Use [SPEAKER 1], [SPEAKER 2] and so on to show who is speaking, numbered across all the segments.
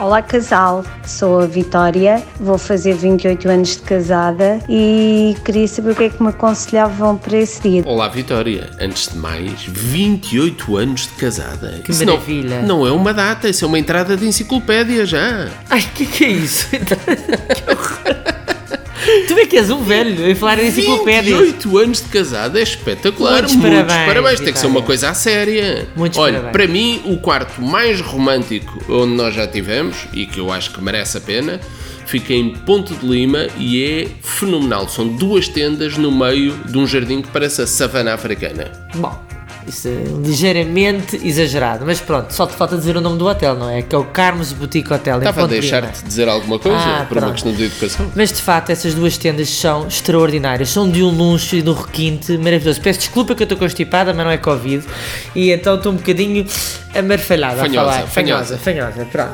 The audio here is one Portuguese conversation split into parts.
[SPEAKER 1] Olá casal, sou a Vitória, vou fazer 28 anos de casada e queria saber o que é que me aconselhavam para esse dia.
[SPEAKER 2] Olá Vitória, antes de mais, 28 anos de casada.
[SPEAKER 3] Que
[SPEAKER 2] Isso
[SPEAKER 3] maravilha.
[SPEAKER 2] Não, não é uma data, isso é uma entrada de enciclopédia já.
[SPEAKER 3] Ai, que que é isso? Que horror. tu é que és um velho em falar em enciclopédias.
[SPEAKER 2] 28 anos de casada é espetacular.
[SPEAKER 3] Muitos
[SPEAKER 2] Muitos
[SPEAKER 3] parabéns,
[SPEAKER 2] Tem que ser
[SPEAKER 3] Vitória.
[SPEAKER 2] uma coisa à séria.
[SPEAKER 3] Muitos
[SPEAKER 2] Olha,
[SPEAKER 3] parabéns.
[SPEAKER 2] para mim, o quarto mais romântico onde nós já tivemos e que eu acho que merece a pena fica em Ponte de Lima e é fenomenal. São duas tendas no meio de um jardim que parece a savana africana.
[SPEAKER 3] Bom, isso é ligeiramente exagerado, mas pronto, só te falta dizer o nome do hotel, não é? Que é o Carmes Boutique Hotel. em
[SPEAKER 2] Estava Tá a
[SPEAKER 3] Ponte Lima.
[SPEAKER 2] deixar-te dizer alguma coisa
[SPEAKER 3] Ah,
[SPEAKER 2] por uma
[SPEAKER 3] pronto.
[SPEAKER 2] questão de educação?
[SPEAKER 3] Mas de facto, essas duas tendas são extraordinárias. São de um luxo e de um requinte maravilhoso. Peço desculpa que eu estou constipada, mas não é Covid. E então estou um bocadinho amarfalhada
[SPEAKER 2] Fanhosa,
[SPEAKER 3] a falar.
[SPEAKER 2] fanhosa.
[SPEAKER 3] fanhosa, pronto.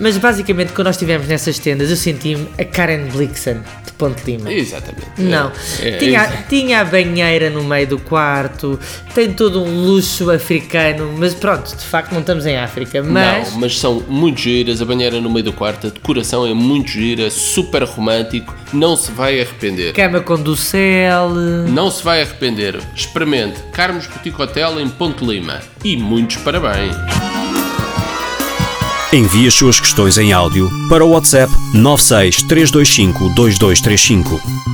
[SPEAKER 3] Mas basicamente, quando nós estivemos nessas tendas, eu senti-me a Karen Blixen de Ponte Lima.
[SPEAKER 2] Exatamente.
[SPEAKER 3] Não.
[SPEAKER 2] É, é,
[SPEAKER 3] tinha,
[SPEAKER 2] é-
[SPEAKER 3] tinha a banheira no meio do quarto, tem todo um luxo africano, mas pronto, de facto não estamos em África. Mas.
[SPEAKER 2] Não, mas são muito giras, a banheira no meio do quarto, a decoração é muito gira, super romântico, não se vai arrepender.
[SPEAKER 3] Cama com Ducel.
[SPEAKER 2] Não se vai arrepender. Experimente Carmos Boutique Hotel em Ponte Lima. E muitos parabéns.
[SPEAKER 4] Envie as suas questões em áudio para o WhatsApp 963252235.